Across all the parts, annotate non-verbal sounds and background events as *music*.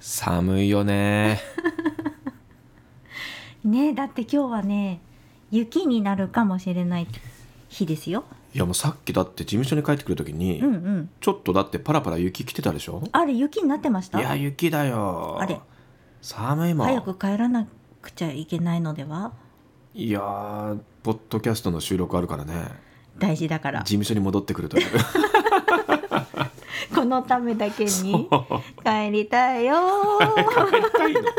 寒いよねねだって今日はね雪になるかもしれない日ですよいやもうさっきだって事務所に帰ってくる時に、うんうんちょっとだってパラパラ雪来てたでしょあれ雪になってましたいや雪だよあれ寒いもん早く帰らなくちゃいけないのではいやーポッドキャストの収録あるからね大事だか事ら務所に戻ってくるというこのためだ *laughs* けにそう帰りたいよ痛いの *laughs*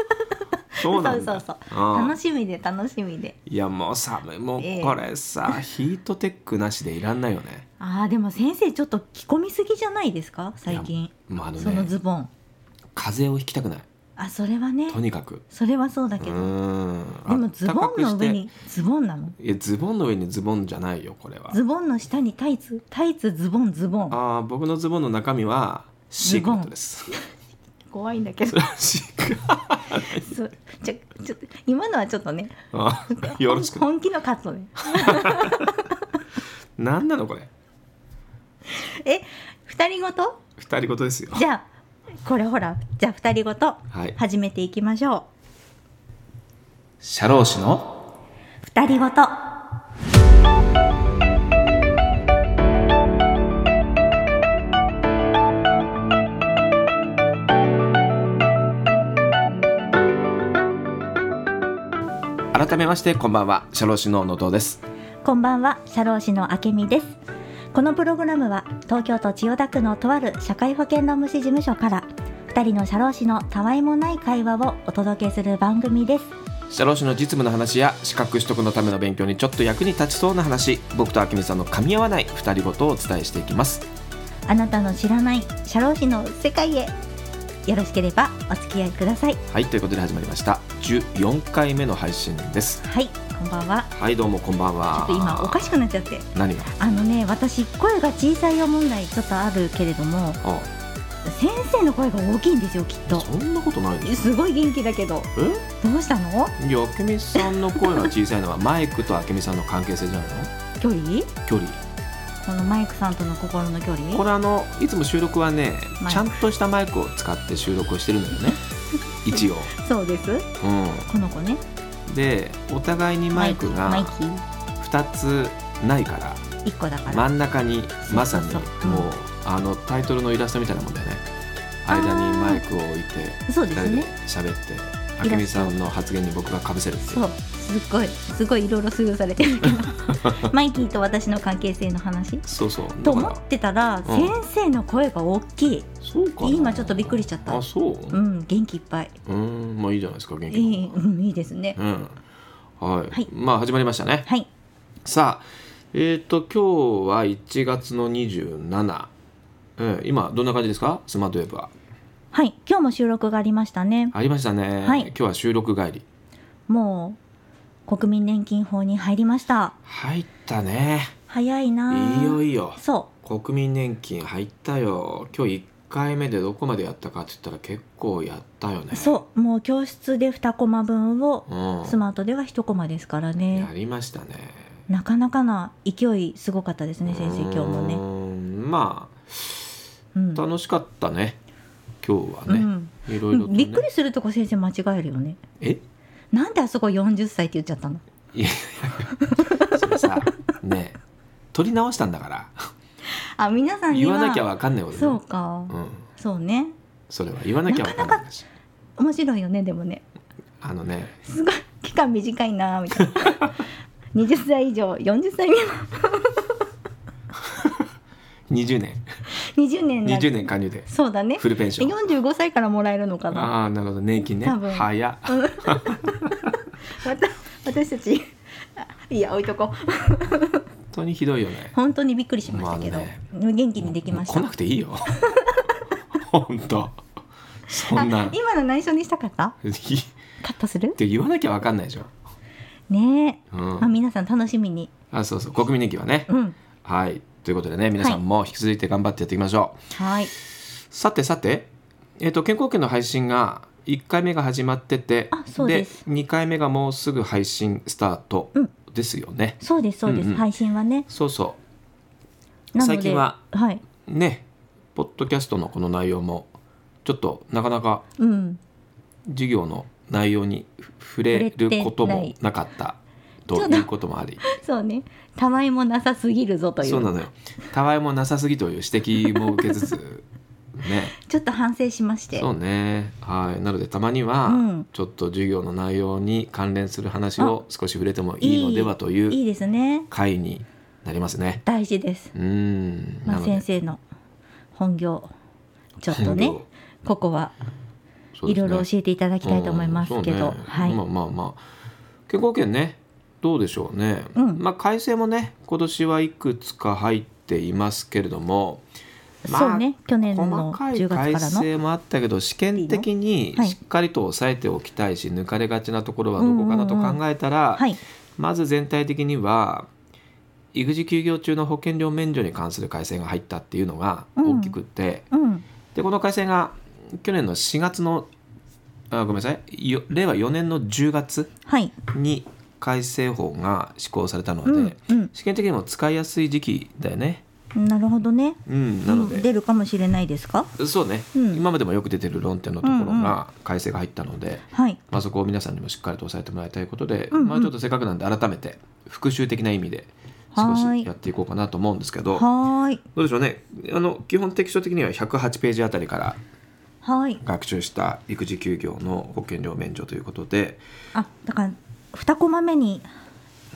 そうなんだそうそうああ楽しみで楽しみでいやもう寒いもうええこれさ、ヒートテックなしでいらんないよねあーでも先生ちょっと着込みすぎじゃないですか最近まああのそのねズボン風邪をひきたくないあそれはねとにかくそれはそうだうけどーんでもズボンの上あっにズボンなのたかくしていやズボンの上にズボンじゃないよこれはズボンの下にタイツタイツズボンズボンああ僕のズボンの中身はシークレットです怖いんだけどシークレッそうちょちょっと今のはちょっとねトあーよろしく本気のカットね何なのこれえ二人ごと二人ごとですよじゃあこれほらじゃあ二人ごとはい始めていきましょう社労士の二人ごと改めましてこんばんは社労士の野党ですこんばんは社労士のあけみですこのプログラムは東京都千代田区のとある社会保険労務士事務所から二人の社労士のたわいもない会話をお届けする番組です社労士の実務の話や資格取得のための勉強にちょっと役に立ちそうな話僕とあきみさんの噛み合わない二人ごとをお伝えしていきますあなたの知らない社労士の世界へよろしければお付き合いくださいはいということで始まりました14回目の配信ですはいこんばんははいどうもこんばんちょはっと今おかしくなっちゃって何があのね私声が小さいよ問題ちょっとあるけれどもあ先生の声が大きいんですよきっとそんなことないですすごい元気だけどどうしたのえいやあきみさんの声が小さいのはマイクとあけみさんの関係性じゃない距離の距離このマイクさんとの心の距離これあのいつも収録はねマイクちゃんとしたマイクを使って収録をしてるのよ *laughs* ね一応そうですうこの子ねんでお互いにマイクマイがキー2つないから一個だから、真ん中にそうまさにそうそうもうあのタイトルのイラストみたいなもんだよね間にマイクを置いてそう2です人で喋ねってあイラストけみさんの発言に僕がかぶせるっていうそうすっごいすごいいろいろすぐされてるけ *laughs* どマイキーと私の関係性の話そうそうとだか思らってたら、先生の声が大きいそうかな今ちょっとびっくりしちゃったあそうううん元気いっぱいーんまあいいじゃないですか元気いいにうんいいですねうんはい、はいまあ始まりましたねはいさあえっ、と今日は1月の27、うん、今どんな感じですかスマートウェブははい今日も収録がありましたねありましたね、はい今日は収録帰りもう国民年金法に入りました入ったね早いないいよいよそ国民年金入ったよ今日1回目でどこまでやったかって言ったら結構やったよねうそうもう教室で2コマ分をうん、スマートでは1コマですからやねりましたねなかなかな勢いすごかったですね先生今日もうーね、んまうんあ楽しかったね今日はうね、んいろいろと、ね、びっくりするとこ先生間違えるよねえ *laughs* なんであそこ40歳って言っちゃったのいやいやそれさねえ取り直したんだからあ皆さんに言はわなきゃわかんないことだそうよか、うん、そうねそれは言わなきゃわかんない話面白いよねでもねあのねすごい期間短いなみた *laughs* いな20歳以上40歳未満20年20年なんて20年加入でそうだねフルペンション45歳からもらえるのかなああなるほど年金ね多分早っわた私たちあいいや置いとこう本当にひどいよね本当にびっくりしましたけど、ま元気にできましもたう来なくていいよ *laughs* 本当そんなあ今の内緒にしたかったいいっカットするて言わなきゃわかんないでしょ、ねうえ、まあ、ん、皆さん楽しみにあそうそう国民年金はねうんはいということでね皆さんも引き続いて頑張ってやっていきましょう、はいさてさて、えー、と健康保険の配信が1回目が始まっててあそうです2回目がもうすぐ配信スタートうんですよね、そうですそうです、うんうん配信はねそうそなので最近ははい、うねポッドキャストのこの内容もちょっとなかなかうん、授業の内容に触れることもなかったと触れてないいうこともありそうねたまいもなさすぎるぞといそううなのよたわいもなさすぎという指摘も受けつつねちょっと反省しましてそうねはいなのでたまには、うんちょっと授業の内容に関連する話を少し触れてもいいのではといういいですね回になりますね大事です、うーんまなあ、の先で生の本業ちょっとね本ここは業いろいそうろですね教えていただきたいと思いますけうんど、そうねはい、まあまあまあ健康保険ねどうでしょうね、うんまあ改正もね今年はいくつか入っていますけれどもまあそうね去年細のか10い月改からの正もあったけど試験的にはいしっかりと抑えておきたいし抜かれがちなところはどこかなと考えたら、はいまず全体的には育児休業中の保険料免除に関する改正が入ったっていうのが大きくて、うんでこの改正が去年の4月のあごめんなさいよ令和4年の10月はいに改正法が施行されたので、うんうん試験的にも使いやすい時期だよね。なるほどねうん、なので、うん出るかもしれないですかそうね、うん今までもよく出てる論点のところうんが改正が入ったので、はいまあ、そこを皆さんにもしっかりと押さえてもらいたいことで、うんうんまあ、ちょっとせっかくなんで改めて復習的な意味で少はーしいやっていこうかなと思うんですけどどはーいうでしょうねあの基本的書的には108ページあたりからはい学習した育児休業の保険料免除ということで、あだから二コマ目に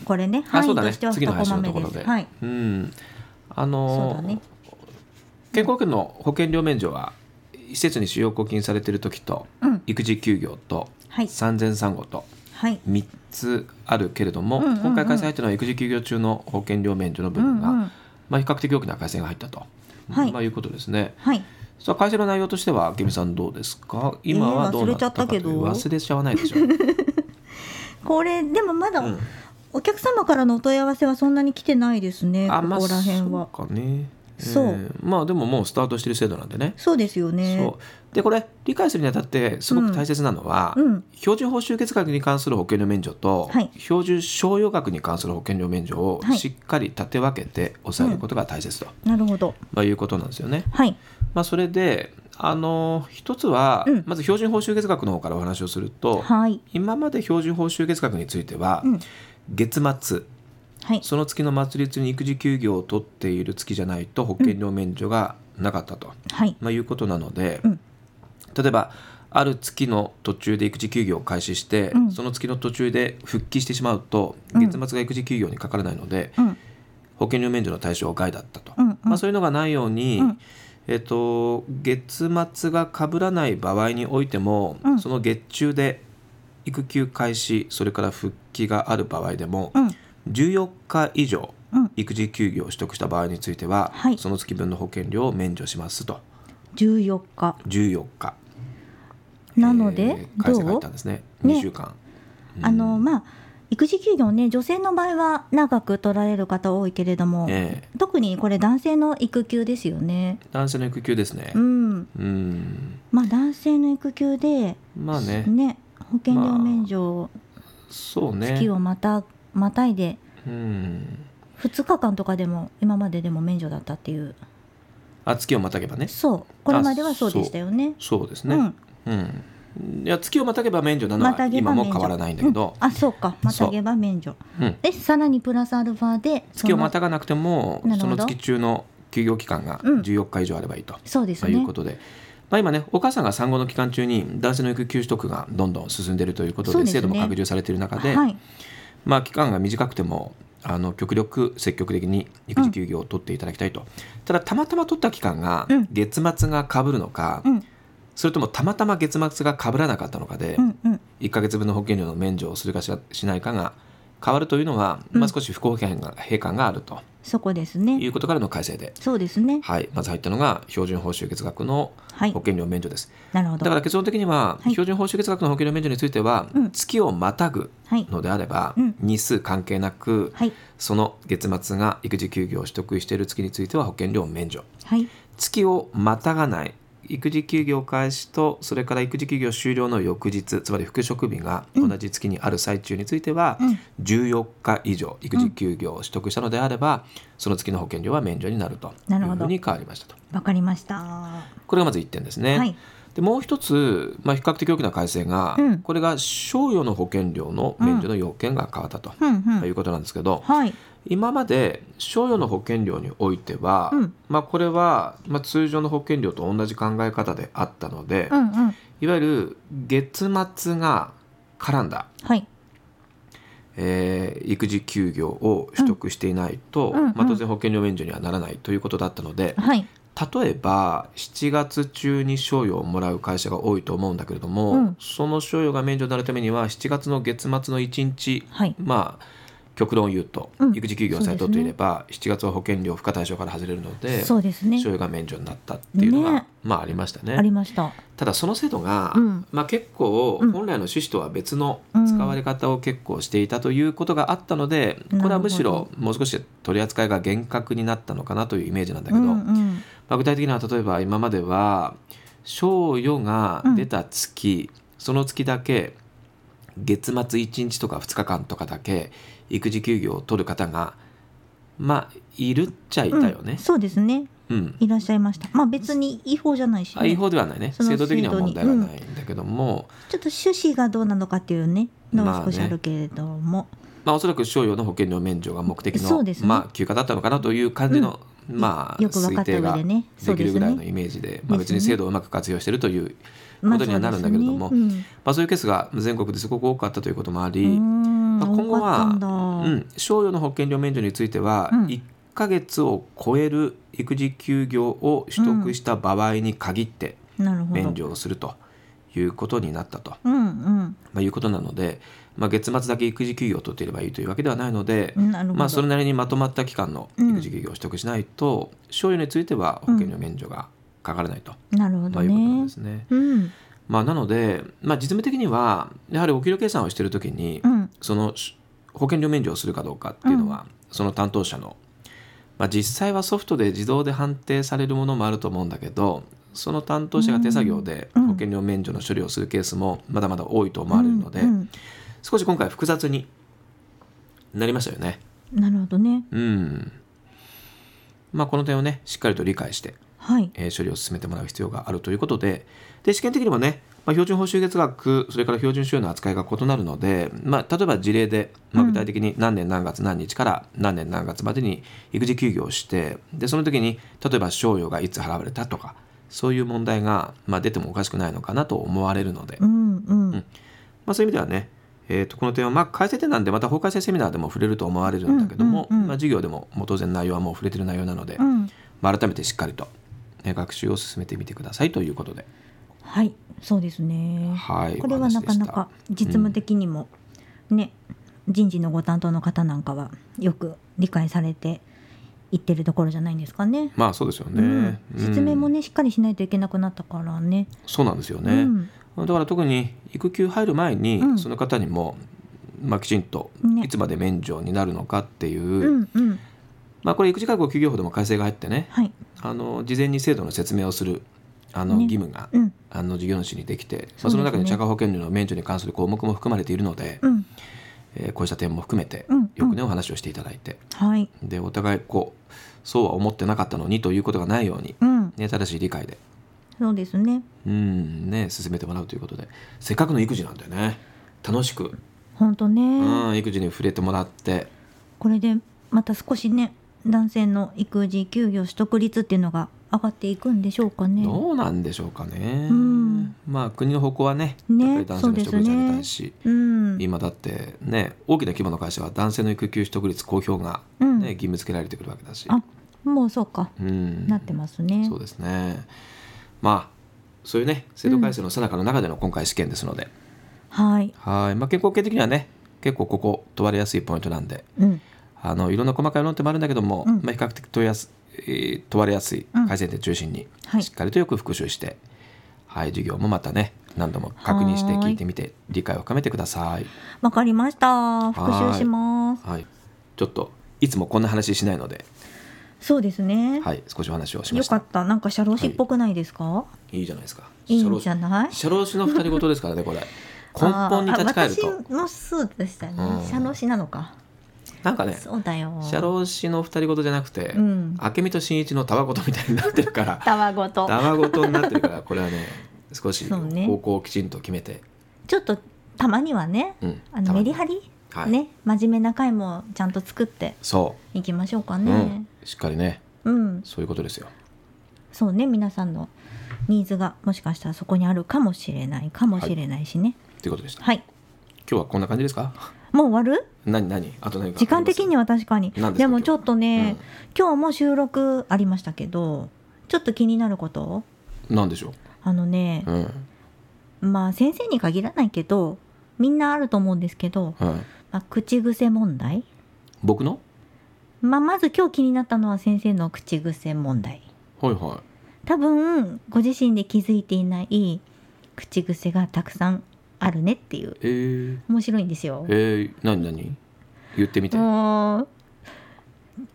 これねあ範そ囲うだとねしては次二のコ話マのと目こでろす、で、はいうんあそうだの、ね健康保険の保険料免除は施設に使用公金されている時とうん育児休業とはい産前産後とはい3つあるけれども、うんうんうん今回改正入ったのは育児休業中の保険料免除の部分が、うんうんまあ、比較的大きな改正が入ったと、はいまあ、いうことですね。はいさあ改正の内容としては、明美さんどうですか今はどうなったかといえうー忘れちゃったけど忘れちゃわないでしょ *laughs* う。これでもまだうんお客様からのお問い合わせはそんなに来てないですね、あまあここら辺はそうかね。そうえーまあでももうスタートしてる制度なんでね。そうですよねそうでこれ理解するにあたってすごく大切なのは、うんうん標準報酬月額に関する保険料免除と、はい標準商用額に関する保険料免除をはいしっかり立て分けて抑えることが大切と、なるほどまあ、いうことなんですよね。はいまあ、それであの一つは、うんまず標準報酬月額の方からお話をすると、はい今まで標準報酬月額については、うん月末はいその月の末日に育児休業を取っている月じゃないと保険料免除がなかったと、はいまあ、いうことなので、うん例えばある月の途中で育児休業を開始して、うんその月の途中で復帰してしまうとうん月末が育児休業にかからないので、うん保険料免除の対象外だったと、うんうんまあ、そういうのがないように、うんえっと月末がかぶらない場合においても、うんその月中で育休開始それから復帰がある場合でも、うん14日以上うん育児休業を取得した場合については、はいその月分の保険料を免除しますと14日14日なので、えー改正が入どっうたんですねね2週間、うんあのまあ育児休業ね女性の場合は長く取られる方多いけれども、え特にこれ男性の育休ですよね。ー男性の育休ですねうん、うんまあ男性の育休で、まあねね、保険ま料あ免除、そうね月をまたまたいでうん2日間とかでも今まででも免除だったっていう、あ月をまたげばねそうこれまではそうでしたよね。そうですうねん、うん、いや月をまたげば免除なのまはたげば今も免変除わらないんだけどう、んあそうかまたげば免除うん、でさらにプラスアルファでそ月をまのたがなくてもなるそほのど月中の休業期間がうん14日以上あればいいと、そうですというねこ。とで、まあ、今ねお母さんが産後の期間中に男性の育休取得がどんどん進んでいるということでそうですね制度も拡充されている中で、はい、まあ、期間が短くてもあの極力積極的に育児休業を取っていただきたいと、ただたまたま取った期間がうん月末が被るのか、うんそれともたまたま月末が被らなかったのかで、うんうん1か月分の保険料の免除をするかししないかが変わるというのは、うんまあ、少し不公平が平感があるとそこですいね。うことからの改正で、そうですね。はい、まず入ったのが標準報酬月額のはい保、険料免除です。なるほだかど。ら結論的には、はい標準報酬月額の保険料免除については、うん月をまたぐはい、のであれば、うん日数関係なく、はい、その月末が育児休業を取得している月については保険料免除はい、月をまたがない育児休業開始とそれから育児休業終了の翌日つまり復職日が同じ月にある最中については、うん14日以上育児休業を取得したのであれば、その月の保険料は免除になるといなうるほどふうに変わりましたとわかりました。はこれがまず1点ですね。い、でもう一つ、まあ、比較的大きな改正が、うんこれが賞与の保険料の免除の要件が変わったと、うんうといんうことなんですけどはい今まで賞与の保険料においては、うんまあ、これは、まあ、通常の保険料と同じ考え方であったので、うんうんいわゆる月末が絡んだ、はいえー育児休業を取得していないと、うんうんまあ、当然保険料免除にはならないということだったので、はい例えば7月中に賞与をもらう会社が多いと思うんだけれども、うんその賞与が免除になるためには7月の月末の1日はいまあ極論言うと、うん育児休業をされたといえば、7月は保険料付加対象から外れるのでそうですね賞与が免除になったっていうのが、ねまあありましたあねり。ましたただその制度が、うんまあ、結構うん本来の趣旨とは別のうん使われ方を結構していたということがあったので、これはむしなるろもう少し取り扱いが厳格になったのかなというイメージなんだけうど、んまうんあ、具体的には例えば今までは賞与が出た月、その月だけ月末1日とか2日間とかだけ育児休業を取る方がまあいるっちゃいたようんね。そうですねうんいらっしゃいましたまあ別に違法じゃないし、あね、違ちょっ法ではないねその制度的には制度に問題はないんだけども、と趣旨がどうなのかっていうねのまあはね少しあるけれども、まあ、おそらく商用の保険料免除が目的その、うですねまあ、休暇だったのかなという感じの、まあ、よく分かった上でね推定ができるぐらいのそうですねイメージでまあ、です別ねに制度をうまく活用しているという、まあことにはなるんだけれどもそうですねまあ、そういうケースが全国ですごく多かったということもあり、うんうんうまーあん今後は多かったんだ商用の保険料免除については、うん1ヶ月を超える育児休業を取得した場合に限ってなるほど免除をするということになったと。うんまあ、いうことなので、まあ、月末だけ育児休業を取っていればいいというわけではないのでう、んなるほど、まあ、それなりにまとまった期間の育児休業を取得しないと、賞与については保険の免除がかからないと、なるほまどあ、いうことなんねですね。うんまあ、なので、まあ、実務的にはやはりお給料計算をしている時に、うんそのし保険料免除をするかどうかっていうのは、その担当者の、まあ、実際はソフトで自動で判定されるものもあると思うんだけどその担当者が手作業でうん保険料免除の処理をするケースもまだまだ多いと思われるので、うん少し今回複雑になりましたよね。うんなるほどねうん。まあこの点をね、しっかりと理解して、はいえー処理を進めてもらう必要があるということで、で、試験的にもね、まあ、標準報酬月額、それから標準収入の扱いが異なるので、まあ、例えば事例で、まあ、具体的に何年何月何日から何年何月までに育児休業をして、で、その時に、例えば賞与がいつ払われたとか、そういう問題が、まあ、出てもおかしくないのかなと思われるので、うんうん、んまあ、そういう意味ではね、えー、とこの点はまあ改正点なんでまた法改正セミナーでも触れると思われるんだけども、うんうんうんまあ、授業でももう当然内容はもう触れてる内容なので、うんまあ、改めてしっかりと、ね、学習を進めてみてくださいということで、はいそうですねはい、これはなかなか実務的にも、ね人事のご担当の方なんかはよく理解されていってるところじゃないんですかね。まあそうですようねん、説明もうんねしっかりしないといけなくなったからね。そうなんですようね、んだから特に育休入る前に、うんその方にも、まあ、きちんとねいつまで免除になるのかっていう、うんうんまあ、これ育児介護休業法でも改正が入ってねはいあの事前に制度の説明をするあのね義務がうんあの事業主にできて、そまあ、うですねその中に社会保険料の免除に関する項目も含まれているので、うんえーこうした点も含めてうんよくねお話をしていただいてはいでお互いこうそうは思ってなかったのにということがないように、うんね、正しい理解でそうですねうんね進めてもらうということでせっかくの育児なんだよね楽しく、本当ね、うん、育児に触れてもらってこれでまた少しね男性の育児休業取得率っていうのが上がっていくんでしょうかね。どうなんでしょうかね、うんまあ国の方向はねねやっぱり男性の取得率上げたいし、うん、今だってね大きな規模の会社は男性の育休取得率公表が、うねん義務付けられてくるわけだし、あもうそうか、うん、なってますね。そうですねまあそういうね制度改正の最中の中での今回試験ですので、はい、はい、まあ、健康系的にはね結構ここ問われやすいポイントなんでうん、あのいろんな細かい論点もあるんだけども、うんまあ、比較的問いやす、えー問われやすい改正点中心に、はいしっかりとよく復習して、はい、授業もまたね何度も確認してはーい聞いてみて理解を深めてください。わかりました。復は習いします。はい、ちょっといつもこんな話しないので、そうですね。はい、少しお話をしまよしかたっ。た。なんか社労士っぽくないですか？いいじゃないですか。い、いんじゃない？社労士の二人ごとですからね、 *laughs* これ。根本に立ち返るあとあ、私のそうでしたね。うん社労士なのか。なんかね、そうだよ。社労士の二人ごとじゃなくて、うん明美と新一のたわごとみたいになってるから、 *laughs* たわごと。たわごとになってるから、これはね、少しそうね方向をきちんと決めて、ちょっとたまにはねうんあのメリハリ、はいね真面目な回もちゃんと作ってそいきましょうかう、ね。うん、しっかりねうん、そういうことですよそうね皆さんのニーズがもしかしたらそこにあるかもしれないかもしれないしね。ということでしたはい、今日はこんな感じですかもう終わる何何あと何か時間的には、は確かに何ですかでもちょっとね、う今日も収録ありましたけどちょっと気になることん、何でしょあのねう、う、んまあ先生に限らないけどみんなあると思うんですけど、はい、まあ、口癖問題、僕のまあ、まず今日気になったのは先生の口癖問題はいは多分ご自身で気づいていない口癖がたくさんあるねっていういえー、面白いんですよえ。ー、何何言ってみて、もう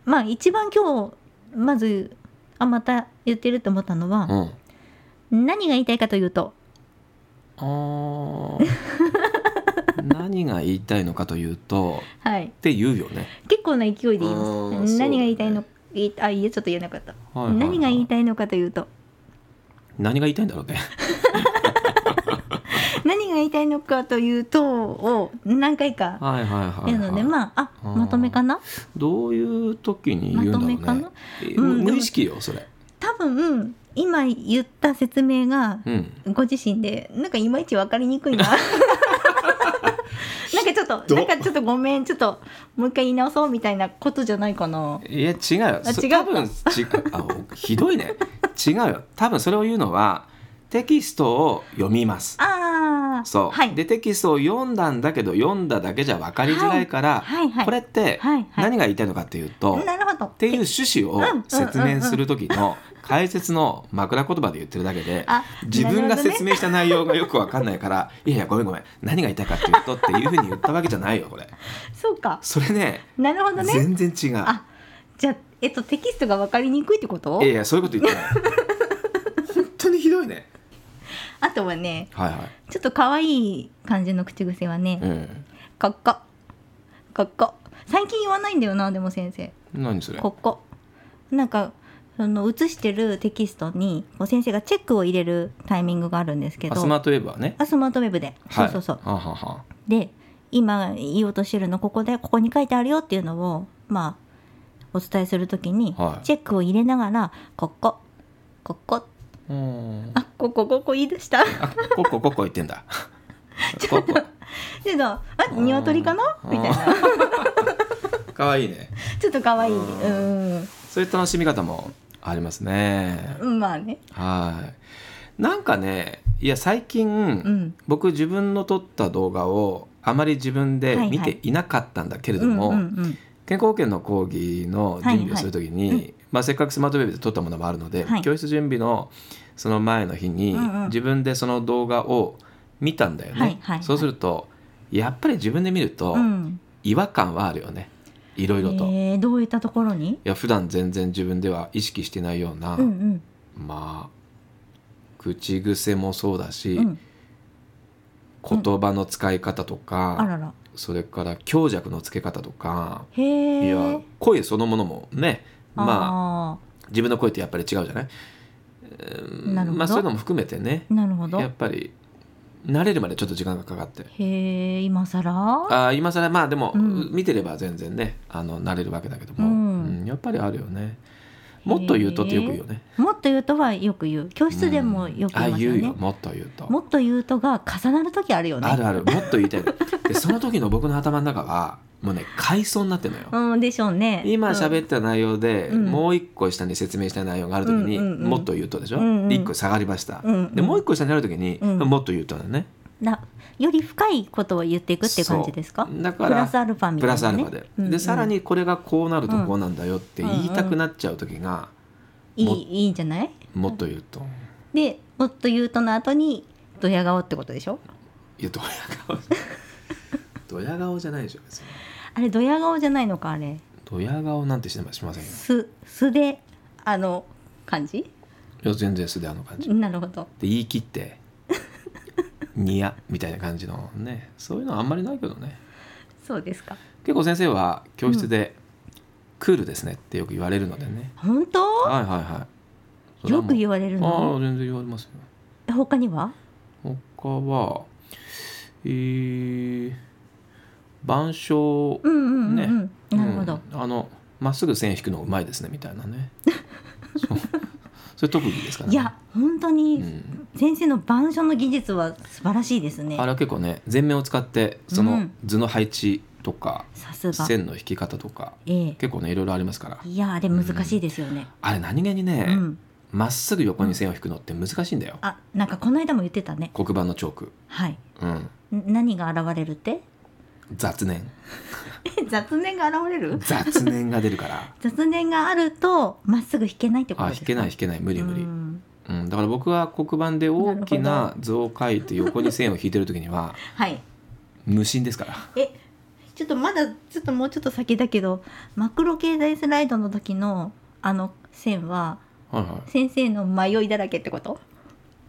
まあ一番今日まずあまた言ってると思ったのは、うん何が言いたいかというとあ *laughs* ー何が言いたいのかというとはいって言うよね、結構な勢いで言いあーまそす。うだね何が言いたいの、言いあ、いいえ、ちょっと言えなかった。はいはいはい何が言いたいのかというと、何が言いたいんだろうね何が言いたいのかというとを何回かはいはいはい、はい、言うので、まあ、ああ、ーまとめかな。どういう時に言うんだろうねまとめかなえーうん無無意識よそれ多分今言った説明がうんご自身でなんかいまいちわかりに *laughs* くいな。なんかちょっと、どなんかちょっとごめん、ちょっともう一回言い直そうみたいなことじゃないかな。いや違うよあそ違う多分ちあおひどいね違うよ多分それを言うのはテキストを読みますああ、そう、はい、でテキストを読んだんだけど読んだだけじゃ分かりづらいから、はいはいこれってはいはい何が言いたいのかっていうと、っなるほど。ていう趣旨をうんうん説明する時の解説の枕言葉で言ってるだけで、あ自分が説明明した内容がよく分かんないから「いやいやごめんごめん何が言いたいかっていうと」っていうふうに言ったわけじゃないよこれ。そうか。それねなるほどね。全然違う。あじゃあ、えっと、テキストが分かりにくいってこといやいやそういうこと言って *laughs* ない。本当にひどいね。あとはねはいはい。ちょっと可愛い感じの口癖はねえ「こっこ」「こっこ」最近言わないんだよなでも先生え何そ「れ。こっこ」なんかその写してるテキストにこう先生がチェックを入れるタイミングがあるんですけどあスマートウェーブはね。あスマートウェブで、はいそうそうそはあうはあはあで今言おうとしてるのここでここに書いてあるよっていうのをまあお伝えするときに、はいチェックを入れながら「こっこ」「こっこ」うんあここここ言い出したあココココ言って *laughs* んだ。ココ。ちょっと、あ、鶏かなみ *laughs* たいな。可愛いね。ちょっと可愛い。ううん。そういう楽しみ方もありますね。うんまあね。はい。なんかね、いや最近、うん。僕自分の撮った動画をあまり自分で見ていなかったんだけれうどんも、うんうん。健康保険の講義の準備をするときに、はいはいまあ、せっかくスマートウェブで撮ったものもあるので、はい教室準備のその前の日に、うんうん自分でその動画を見たんだよね、はいはいはいそうするとやっぱり自分で見るとうん。違和感はあるよねいろいろと、いえー、どういったところに。や普段全然自分では意識してないような、うんまあ口癖もそうだし、うん。うん。言葉の使い方とあからら。それから強弱のつけ方とか、へえ。いや声そのものもねまああ自分の声ってやっぱり違うじゃない、うんなるほどまあそういうのも含めてねー。なるほどや。っぱり慣れるまでちょっと時間がかかってへえ、今更。あー今更まあでも、うん見てれば全然ねあの慣れるわけだけども、うんうんやっぱりあるよねもっと言うとってよく言うよねもっと言うとはよく言う。教室でもよく言いあます言ようよね。もっと言うともっと言うとが重なる時あるよね。あるあるもっと言いたいのでその時の僕の頭の中はもうね回想になってるの *laughs* よ、うんでしょうね。今っ喋った内容で、うんもう一個下に説明したい内容があるときに、うんうんうんもっと言うとでしょ、うんうんで一個下がりました、うんうんでもう一個下にあるときに、うんもっと言うとだねなより深いことを言っていくっていう感じですかそ。うだかプラらスアルファみプたいな、ね。ラスアルファで、うんうんでさらにこれがこうなるとこうなんだよって言いたくなっちゃう時がいもいいいんじゃないもっと言うとでもっと言うとの後にドヤ顔ってことでしょいやドヤ顔 *laughs* ドヤ顔じゃないでしょ別にあれドヤ顔じゃないのかあれドヤ顔なんてしてましませんよす素であの感じいや全然素であの感じでなるほど言い切ってニヤみたいな感じのねそういうのはあんまりないけどねそうですか結構先生は教室で、クールですねってよく言われるのでね本当はいはいはいよくわ言われるれああの全然言われますよ他には他はえー、板書うんうんうん、うんなるほど、うんあのまっすぐ線引くのうまいですねみたいな *laughs* ねそうそれ特技ですかねいや本当うにん先生の板書の技術は素晴らしいですねあれは結構ね全面を使ってそうのん図の配置とか、さすが線の引き方とかええ結構ねいろいろありますからいやあれ難しいですよね、あれ何気にうんねま、っすぐ横に線を引くのって難しいんだよあなんかこの間も言ってたね黒板のチョーク、はいんうん、何が現れるって雑念 *laughs* 雑念が現れる雑念が出るから *laughs* 雑念があるとまっすぐ弾けないってことあです引かけない引けない無理無理、ううんんだから僕は黒板で大きな図を描いて横に線を引いてる時にははい無心ですからえちょっとまだちょっともうちょっと先だけどマクロ経済スライドの時のあの線ははいはい先生の迷いだらけってこと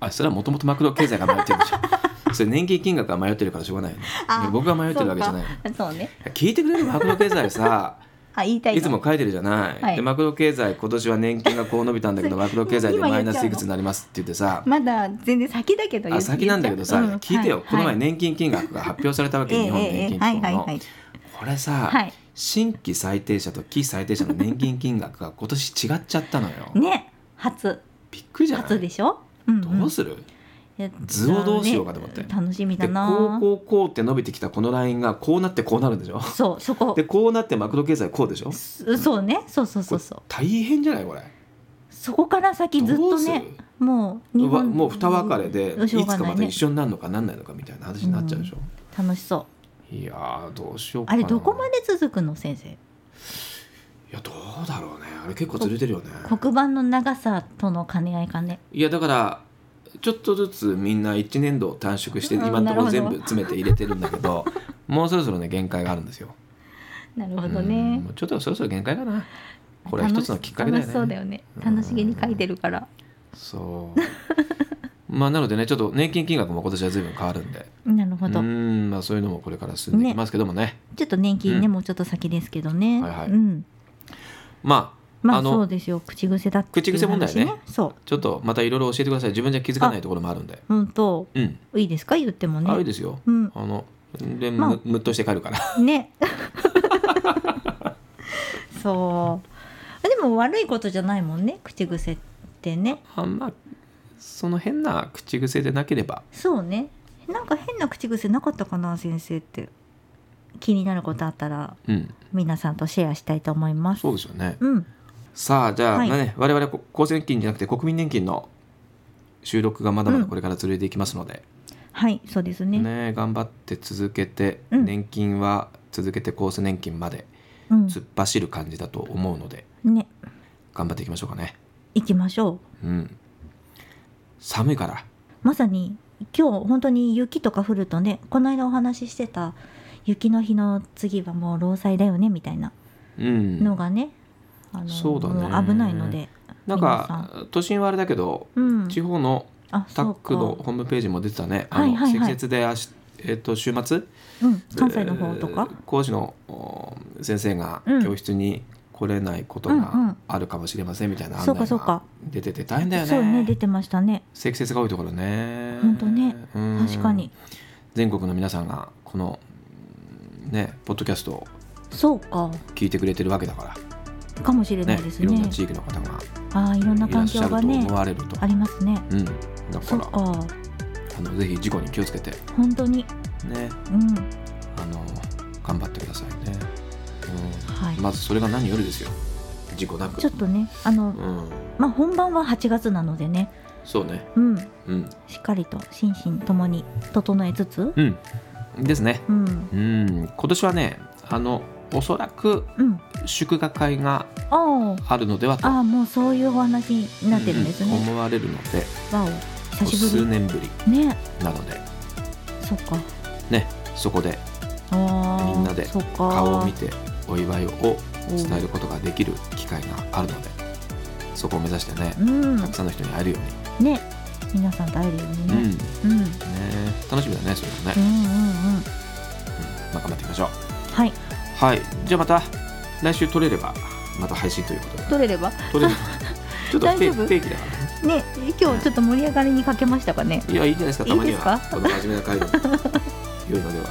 あそれはもともとマクロ経済が迷ってるでし *laughs* ょそれ年金金額が迷ってるからしょうがないよねあいや僕が迷ってるわけじゃないそうかそうね聞いてくれるマクロ経済さあ言いたいのいつも書いてるじゃない、はいでマクロ経済今年は年金がこう伸びたんだけどマクロ経済でマイナスいくつになりますって言ってさまだ全然先だけど言あっ先なんだけどさ、言っち聞ゃういてよ、うんこの前はい年金金額が発表されたわけ、ええ日本ええ年金機は構いはいの、はいこれさ、はい新規最低者と非最低者の年金金額が今年違っちゃったのよ、ね初びっくりじゃな初いでしょ、うんうんどうするいや図をどうしようかと思ってね楽しみだでなこうこうこうって伸びてきたこのラインがこうなってこうなるんでしょそうそこでこうなってマクロ経済こうでしょすそうねそうそうそうそう大変じゃないこれそこから先ずっどとうするねもううわもう二別れでいしょうつがかなまいたね一緒になるのかなんないのかみたいな話になっちゃうでしょ、楽しそういやーどうしようかあなれどこまで続くの先生いやどうだろうねあれ結構ずれてるよね黒板の長さとの兼ね合いかねいやだからちょっとずつみんな1年度を短縮してうん今のところなる全ほど部詰めて入れてるんだけど *laughs* もうそろそろね限界があるんですよなるほどうんねもうちょっとそろそろ限界かなこれは一つのきっかけだよ楽しねそうだよね楽しげに書いてるからそうまあなのでねちょっと年金金額も今年は随分変わるんでなるほうどんまあそういうのもこれから進んでいきますけどもねちょっと年金ね、うんもうちょっと先ですけどねはいはいうんまあまああのそうですよ口癖だっていう話、ね、口癖問題ねそうちょっとまたいろいろ教えてください自分じゃ気づかないところもあるんで本当うんいいですか言ってもあいいねですようんあので、まあむむっとして帰るから *laughs* ねそうでも悪いことじゃないもんね口癖ってねあんまその変な口癖でなければそうねなんか変な口癖なかったかな先生って気になることあったらうん皆さんとシェアしたいと思いますそうですよねうんささあじゃあ、はいね我々こ厚生年金じゃなくて国民年金の収録がまだまだこれから続いていきますので、はいそうですねね頑張って続けて、うん年金は続けて厚生年金までうん突っ走る感じだと思うのでね頑張っていきましょうかね行きましょううん寒いからまさに今日本当に雪とか降るとねこの間お話ししてた雪の日の次はもう労災だよねみたいなうんのがね、あのそうだねもう危ないのでなんか都心はあれだけどうん地方のあタックのそうかホームページも出てたねあはいのはいはい積雪で明日えっと週末うん、関西の方とかえ、ー講師のお先生がうん教室に来れないことうんうんがあるかもしれませんみたいな案そうか内そうがか出てて大変だよそうね出ねてましたね積雪が多いところねほんとねうん確かに全国の皆さんがこのうんねポッドキャストをそうか聞いてくれてるわけだかかもしれらないねですいろんねな地域の方がああいろんないらっ環し境ゃるとがね思われるとありますねうんだそかうらかあのぜひ事故に気をつけて本当にねうんあの頑張ってくださいね、はうん、いまずそれが何よりですよ事故なくちょっとねあのうんまあ本番は8月なのでねそうねうんうんしっかりと心身ともに整えつつうんですねうんうん今年はねあのおそらくうん祝賀会がああるのではとあああもうそういうお話になってるんですうんね、思われるのでわお久し数ぶ年ぶりりねなのでそっかねそこであーみんなでそっか顔を見てお祝いを伝えることができる機会があるのでそこを目指してねうんたくさんの人に会えるよね皆さんと会えるよううに、にね、ねうん、うんうん楽しみだねそれもね、うんうんまあ頑張っていきましょうはいはい、じゃあまた来週撮れればまた配信ということで取れれば撮れればちょっと不定大丈夫不定期だからねね今日ちょっと盛り上がりに欠けましたかね、いやいいじゃないですかたまにいいはですかこの真面目な会で良いのでは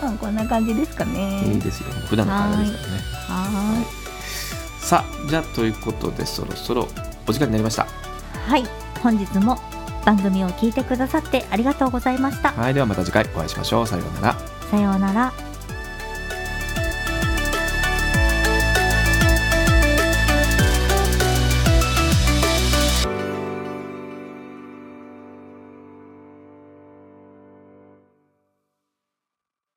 まあ、こんな感じですかいいねですよ普段の会話ですからねはさあじゃあということでそろそろお時間になりましたーいはい本日も番組を聞いてくださってありがとうございましたはいではまた次回お会いしましょうさようならさようなら